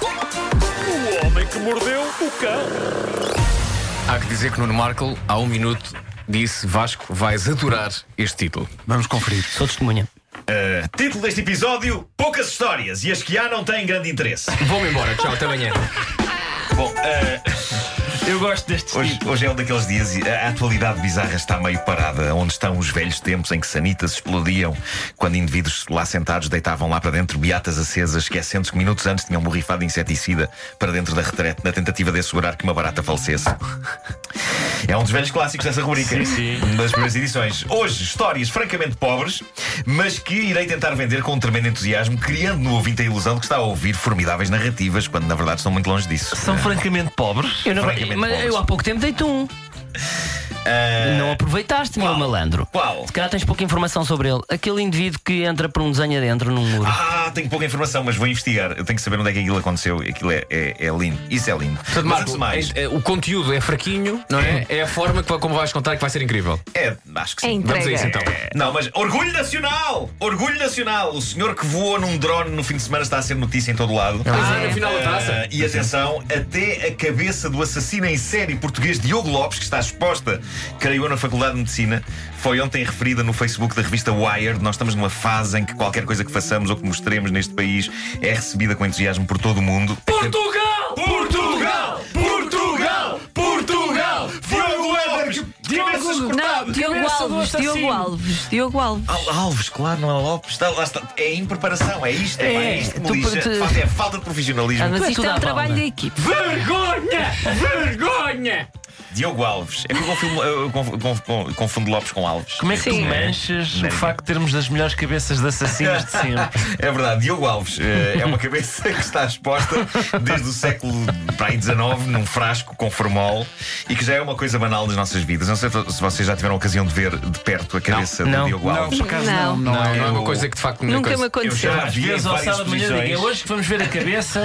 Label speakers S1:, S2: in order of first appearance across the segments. S1: O homem que mordeu o cão.
S2: Há que dizer que Nuno Markle, há um minuto, disse Vasco, vais adorar este título.
S3: Vamos conferir.
S4: Sou testemunha.
S5: Título deste episódio: Poucas histórias e as que há não têm grande interesse.
S2: Vou-me embora, tchau, até amanhã.
S5: Bom, ah, eu gosto destes hoje, Hoje é um daqueles dias e a a atualidade bizarra está meio parada. Onde estão os velhos tempos em que sanitas explodiam quando indivíduos lá sentados deitavam lá para dentro beatas acesas, esquecendo que minutos antes tinham borrifado inseticida para dentro da retrete na tentativa de assegurar que uma barata falecesse. É um dos velhos clássicos dessa rubrica. Sim, sim. Uma das primeiras edições. Hoje, histórias francamente pobres, mas que irei tentar vender com um tremendo entusiasmo, criando no ouvinte a ilusão de que está a ouvir formidáveis narrativas, quando na verdade estão muito longe disso.
S3: São francamente pobres. Eh,
S4: Eu não,
S5: Francamente,
S4: mas
S5: pobres.
S4: eu há pouco tempo dei-te um. Não aproveitaste, meu
S5: qual?
S4: malandro.
S5: Qual?
S4: Se calhar tens pouca informação sobre ele. Aquele indivíduo que entra por um desenho adentro num muro.
S5: Ah, tenho pouca informação, mas vou investigar. Eu tenho que saber onde é que aquilo aconteceu. Aquilo é, é- é lindo. Isso é lindo.
S2: Portanto,
S5: mas
S2: Marco,
S5: antes de mais,
S2: é- é- o conteúdo é fraquinho, não é? É a forma que, como vais contar que vai ser incrível.
S5: é, acho que sim. É,
S2: Vamos a isso então.
S5: Não, mas orgulho nacional! Orgulho nacional! O senhor que voou num drone no fim de semana está a ser notícia em todo lado.
S2: Ah, no final da taça.
S5: Ah, e atenção, até a cabeça do assassino em série português Diogo Lopes, que está exposta, creio eu, na Faculdade de Medicina, foi ontem referida no Facebook da revista Wired. Nós estamos numa fase em que qualquer coisa que façamos ou que mostremos neste país é recebida com entusiasmo por todo o mundo.
S2: Portugal!
S5: Portugal! Portugal! Portugal! Diogo Lopes! Cabeças cortadas!
S6: Não, Diogo
S2: Cabeça do
S6: Alves, é assim.
S2: assassino.
S6: Diogo Alves, Diogo Alves.
S5: Al- Alves, claro, não é Lopes. Está, lá está. É em preparação, é isto, é, pá, é isto que me
S4: tu-
S5: lixa.
S4: tu-
S5: De facto, é falta de
S3: Ah,
S5: profissionalismo.
S4: Andas-
S6: Mas isto é
S4: estudava,
S6: um trabalho
S4: né?
S6: de equipe.
S2: Vergonha! Vergonha!
S5: Diogo Alves. É que eu confundo, eu conf- conf- conf- confundo Lopes com Alves.
S3: Como é que tu manchas o facto de termos das melhores cabeças de assassinos de sempre?
S5: É verdade, Diogo Alves eh, é uma cabeça que está exposta desde o século para aí 19 num frasco com formol e que já é uma coisa banal nas nossas vidas. Não sei se vocês já tiveram a ocasião de ver de perto a cabeça do
S4: Não.
S5: Diogo Alves.
S6: Não.
S3: não,
S2: Não, não é uma
S5: Eu-
S2: coisa que de facto não é
S6: Nunca
S2: coisa.
S6: me aconteceu.
S5: Eu já-
S3: Às
S5: vi em
S3: vezes ao
S5: várias
S3: sábado de manhã digo, é
S5: posições.
S3: hoje que vamos ver a cabeça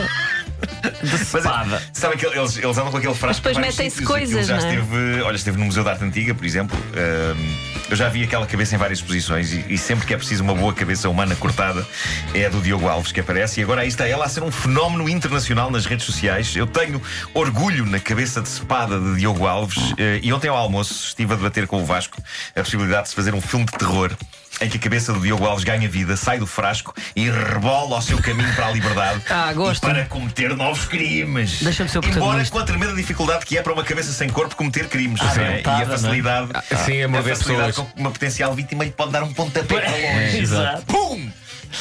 S3: de
S5: Mas é-
S3: cepada.
S5: sabe que eles, eles andam com aquele frasco
S6: Depois
S5: para vários
S6: metem-se
S5: sítios. Aquilo
S6: coisas,
S5: já
S6: não é?
S5: esteve, olha, esteve no Museu da Arte Antiga, por exemplo. Ahm, eu já vi aquela cabeça em várias posições e, e sempre que é preciso uma boa cabeça humana cortada é a do Diogo Alves que aparece. E agora aí está ela a ser um fenómeno internacional nas redes sociais. Eu tenho orgulho na cabeça de cepada de Diogo Alves eh, e ontem ao almoço estive a debater com o Vasco a possibilidade de se fazer um filme de terror em que a cabeça do Diogo Alves ganha vida, sai do frasco e rebola ao seu caminho para a liberdade
S4: Ah, gosto.
S5: e para cometer novos crimes.
S4: Deixa-me ser o
S5: Embora
S4: protagonista.
S5: com a tremenda dificuldade que é para uma cabeça sem corpo cometer crimes. não é?
S3: dentada,
S5: e a facilidade.
S2: Ah, sim, a
S5: a
S2: morder
S5: facilidade
S2: pessoas.
S5: com que uma potencial vítima lhe pode dar um pontapé para longe.
S3: Exato.
S5: Pum!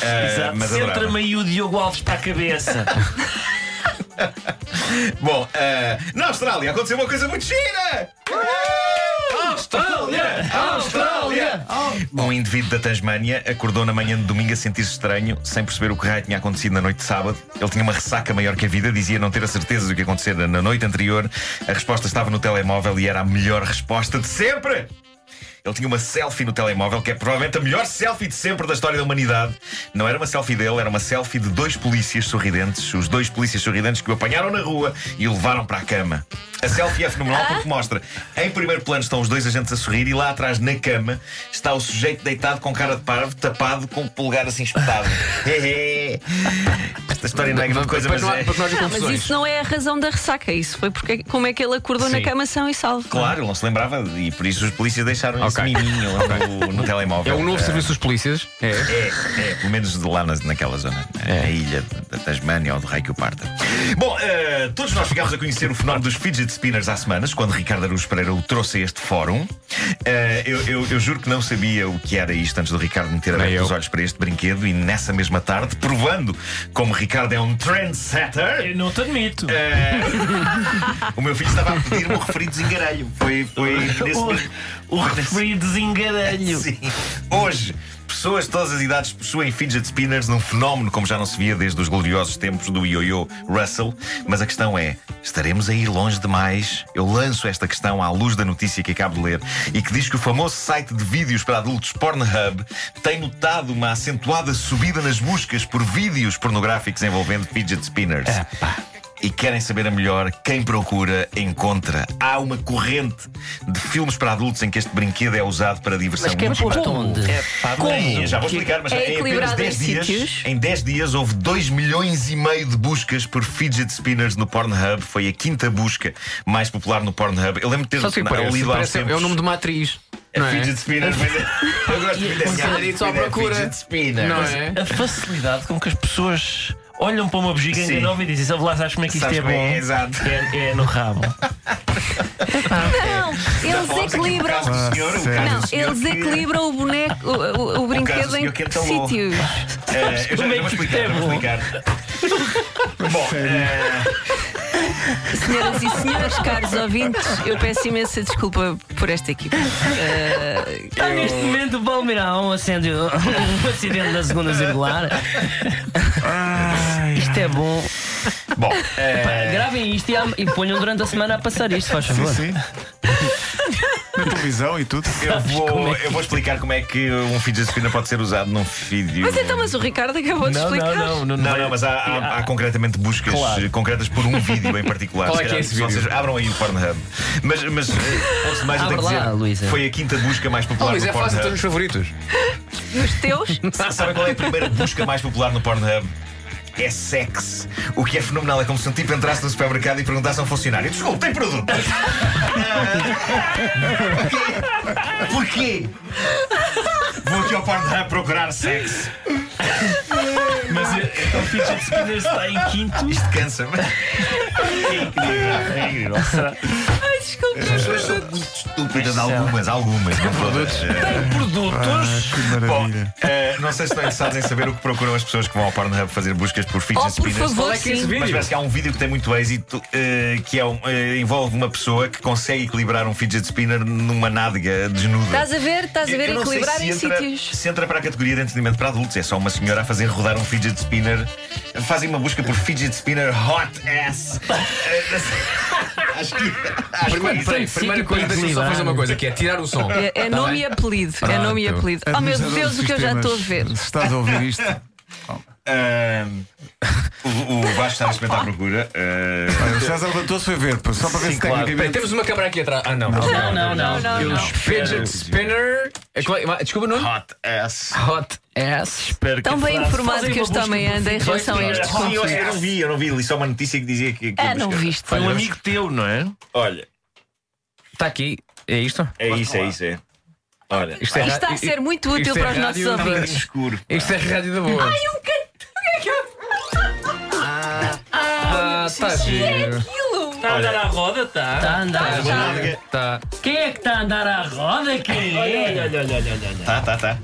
S5: Ah,
S3: Exato.
S5: mas adorava.
S3: Centra-me aí o Diogo Alves para a cabeça.
S5: Bom, ah, na Austrália aconteceu uma coisa muito gira! Austrália! Austrália! Um indivíduo da Tasmânia acordou na manhã de domingo a sentir-se estranho, sem perceber o que raio tinha acontecido na noite de sábado. Ele tinha uma ressaca maior que a vida, dizia não ter a certeza do que acontecera na noite anterior. A resposta estava no telemóvel e era a melhor resposta de sempre! Ele tinha uma selfie no telemóvel, que é provavelmente a melhor selfie de sempre da história da humanidade. Não era uma selfie dele, era uma selfie de dois polícias sorridentes, os dois polícias sorridentes que o apanharam na rua e o levaram para a cama. A selfie é fenomenal
S2: Ah.
S5: porque mostra em primeiro plano estão os dois agentes a sorrir e lá atrás, na cama, está o sujeito deitado com cara de parvo, tapado com o polegar assim espetado. é, Esta história não é grande coisa,
S2: para,
S5: mas
S2: que não,
S5: é.
S2: para que não haja
S6: Não, mas
S2: confusões.
S6: isso não é a razão da ressaca, isso foi porque como é que ele acordou na
S2: Sim.
S6: cama são e salvo.
S5: Claro, ele não se lembrava e por isso os polícias deixaram
S2: Ok.
S5: esse miminho lá no, no
S2: É
S5: telemóvel.
S2: um novo
S5: Ah,
S2: serviço dos polícias. É.
S5: É, é, pelo menos de lá na- naquela zona. A ilha da Tasmânia ou do Raio que o parta. Bom, eh, todos nós ficámos a conhecer o fenómeno dos fidget spinners há semanas, quando Ricardo Araújo Pereira o trouxe a este fórum. Eh, eu, eu- eu juro que não sabia o que era isto antes do Ricardo me ter aberto
S2: eu.
S5: os olhos para este brinquedo e nessa mesma tarde, provando como Ricardo é um trendsetter.
S3: Eu não te admito.
S5: eh, o meu filho estava a pedir-me o referido desengaralho. Foi, foi nesse mesmo-
S3: O, o referido desengadelho.
S5: Sim. Hoje, pessoas de todas as idades possuem fidget spinners num fenómeno como já não se via desde os gloriosos tempos do ioiô Russell. Mas a questão é: estaremos a ir longe demais? Eu lanço esta questão à luz da notícia que acabo de ler e que diz que o famoso site de vídeos para adultos Pornhub tem notado uma acentuada subida nas buscas por vídeos pornográficos envolvendo fidget spinners. e querem saber a melhor, quem procura, encontra. Há uma corrente de filmes para adultos em que este brinquedo é usado para diversão.
S4: Mas que é
S5: para-
S4: posto onde?
S3: É pá, mas-
S5: Em- já vou explicar, mas
S6: É
S5: em apenas
S6: equilibrado
S5: 10
S6: em
S5: dias,
S6: sítios?
S5: em 10 dias houve 2 milhões e meio de buscas por fidget spinners no Pornhub. Foi a quinta busca mais popular no Pornhub. Eu lembro de ter
S2: Só sei que parece.
S5: lido há uns
S2: parece
S5: tempos.
S2: é o nome de uma atriz. não
S5: É fidget spinner, mas é- eu gosto muito dessa
S2: Sim, só
S5: é
S2: procura.
S5: Fidget spinner.
S2: Não
S5: Mas-
S2: é?
S3: A facilidade com que as pessoas olham para uma bugiganga
S5: Sim.
S3: nova e dizem: Sabe lá, sabes como é que isto
S5: Sabes
S3: é bom?
S5: como é, exato.
S3: É, é no rabo.
S6: Não, eles
S5: Falámos aqui do
S6: equilibram.
S5: caso do senhor, o caso do
S6: Não,
S5: senhor
S6: eles
S5: que-
S6: equilibram o boneco, o, o- o brinquedo
S5: senhor
S6: em
S5: que entalou.
S6: sítios.
S5: Eh, Eu já
S3: como é
S5: eu vou
S3: que
S5: explicar, eu vou
S3: bom?
S5: explicar. Bom, eh,
S6: Senhoras e senhores, caros ouvintes, eu peço imensa desculpa por esta equipa. Eh,
S4: Está Tá neste momento o Palmeirão acende um acidente da segunda circular. Isto é bom.
S5: bom, eh,
S4: Gravem isto e, am- e ponham durante a semana a passar isto, faz favor.
S7: Sim. Na televisão e tudo.
S5: eu vou, eu vou explicar como é que um fidget spinner pode ser usado num vídeo.
S6: Mas então, mas o Ricardo acabou de
S3: Não,
S6: explicar.
S3: não, não, não,
S5: Não,
S3: vai-
S5: não, mas há, há- há concretamente buscas
S3: Claro.
S5: eh, concretas por um vídeo em particular.
S2: Qual é
S5: Se
S2: que
S5: calhar,
S2: é esse
S5: se
S2: vídeo?
S5: Vocês abram aí o Pornhub. Mas, mas eh, antes de mais, eu
S4: Abre
S5: tenho que
S4: lá,
S5: dizer,
S4: Luísa.
S5: foi a quinta busca mais
S2: Oh,
S5: popular
S2: Luís,
S5: no
S2: é fácil, estou
S5: Pornhub.
S2: nos favoritos.
S6: Nos teus?
S5: Sabe qual é a primeira busca mais popular no Pornhub? É sexo. O que é fenomenal é como se um tipo entrasse no supermercado e perguntasse a um funcionário: Desculpe, tem produto? Ah, Porquê? Porquê? Vou aqui ao Pornhub procurar sexo.
S3: Mas eh, então o fidget spinner está em quinto.
S5: Isto cansa-me.
S3: É incrível. É incrível. Será?
S6: Ai, desculpa.
S5: As pessoas são muito estúpidas, algumas, algumas, não todas.
S3: é
S7: Ah,
S3: Produtos.
S7: que
S5: Bom,
S7: maravilha.
S5: eh, não sei se estão interessados em saber o que procuram as pessoas que vão ao Pornhub fazer buscas por fidget
S6: Oh, por
S5: spinners.
S6: favor,
S2: é que é esse
S6: sim.
S5: Mas
S2: vídeo?
S5: parece que há um vídeo que tem muito êxito eh, que é um, eh, envolve uma pessoa que consegue equilibrar um fidget spinner numa nádega desnuda.
S6: Estás a ver? Estás a
S5: Eu- eu
S6: ver
S5: não sei
S6: equilibrar
S5: se
S6: em
S5: entra,
S6: sítios.
S5: Se entra para a categoria de entretenimento para adultos, é só uma senhora a fazer rodar um fidget spinner. Fazem uma busca por fidget spinner hot ass. Eh, acho que. Acho que é
S2: Primeiro,
S5: isso.
S2: peraí, primeira coisa, deixa-me só fazer uma coisa, que é tirar o som.
S6: É, é
S2: Tá
S6: nome
S2: bem?
S6: e apelido. É nome e
S2: Pronto.
S6: apelido. Oh meu
S7: Administrador
S6: Deus,
S7: de
S6: o que eu já
S7: sistemas,
S6: estou a ver.
S7: Se estás a ouvir isto,
S5: Ahm, Ah, o, o Vasco está a experimentar à procura. ah,
S7: olha, o César levantou-se foi ver, pô, só para ver se
S5: claro.
S2: Bem,
S7: tecnicamente.
S2: temos uma câmara aqui atrás. Ah, não.
S4: Não, não, não.
S6: Não, não.
S2: Fidget spinner. É qual é? Desculpa, Nuno.
S5: hot ass.
S2: Hot ass.
S6: Tão bem informado
S3: Fazem
S6: que
S3: uma
S6: este homem
S3: busca
S6: anda em relação a estes
S5: Sim, eu, eu
S6: conflitos.
S5: não vi, eu não vi, li só uma notícia que dizia que. que
S6: Ah, não viste.
S3: Foi um amigo teu, não é?
S5: Olha,
S2: Está aqui. É isto?
S5: é isso, é isso, é. Olha,
S2: Isto é
S6: Isto está a
S2: ra-
S6: ser muito
S2: isto
S6: útil
S2: é
S6: para os nossos
S2: rádio-
S5: é
S6: ouvintes.
S5: escuro.
S2: Isto é rádio da boa. Ai, um Ah, está giro.
S3: Está a andar à roda, está.
S4: Está a
S3: Tá,
S2: é
S4: andar.
S2: Tá.
S4: Quem é que está a andar à roda? Quem é?
S3: olha, olha, olha, olha.
S5: Tá, tá, tá.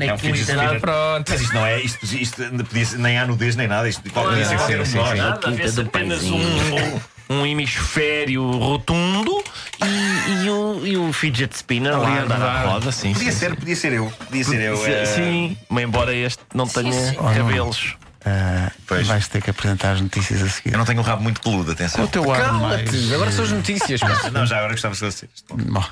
S5: É um fidget
S2: Ah,
S5: spinner.
S2: pronto.
S5: Mas isto não é, isto, isto não podia ser- nem há nudez nem nada, isto pode
S2: sim,
S5: ser qualquer um de
S2: sim,
S5: nós.
S2: sim.
S3: Nada, vê-se apenas um, um hemisfério rotundo e, e um, e um fidget spinner lá a andar à roda, sim.
S5: Podia
S3: sim,
S5: ser, podia ser eu, podia ser eu.
S3: sim.
S5: eh,
S3: Sim, mas embora este não tenha cabelos.
S7: Ah,
S5: Pois.
S7: vais ter que apresentar as notícias a seguir.
S5: Eu não tenho um rabo muito peludo, atenção.
S7: O teu ar mais.
S2: Cala-te. Agora são as notícias. pá.
S5: Não, já agora gostava de saber.
S7: Bom,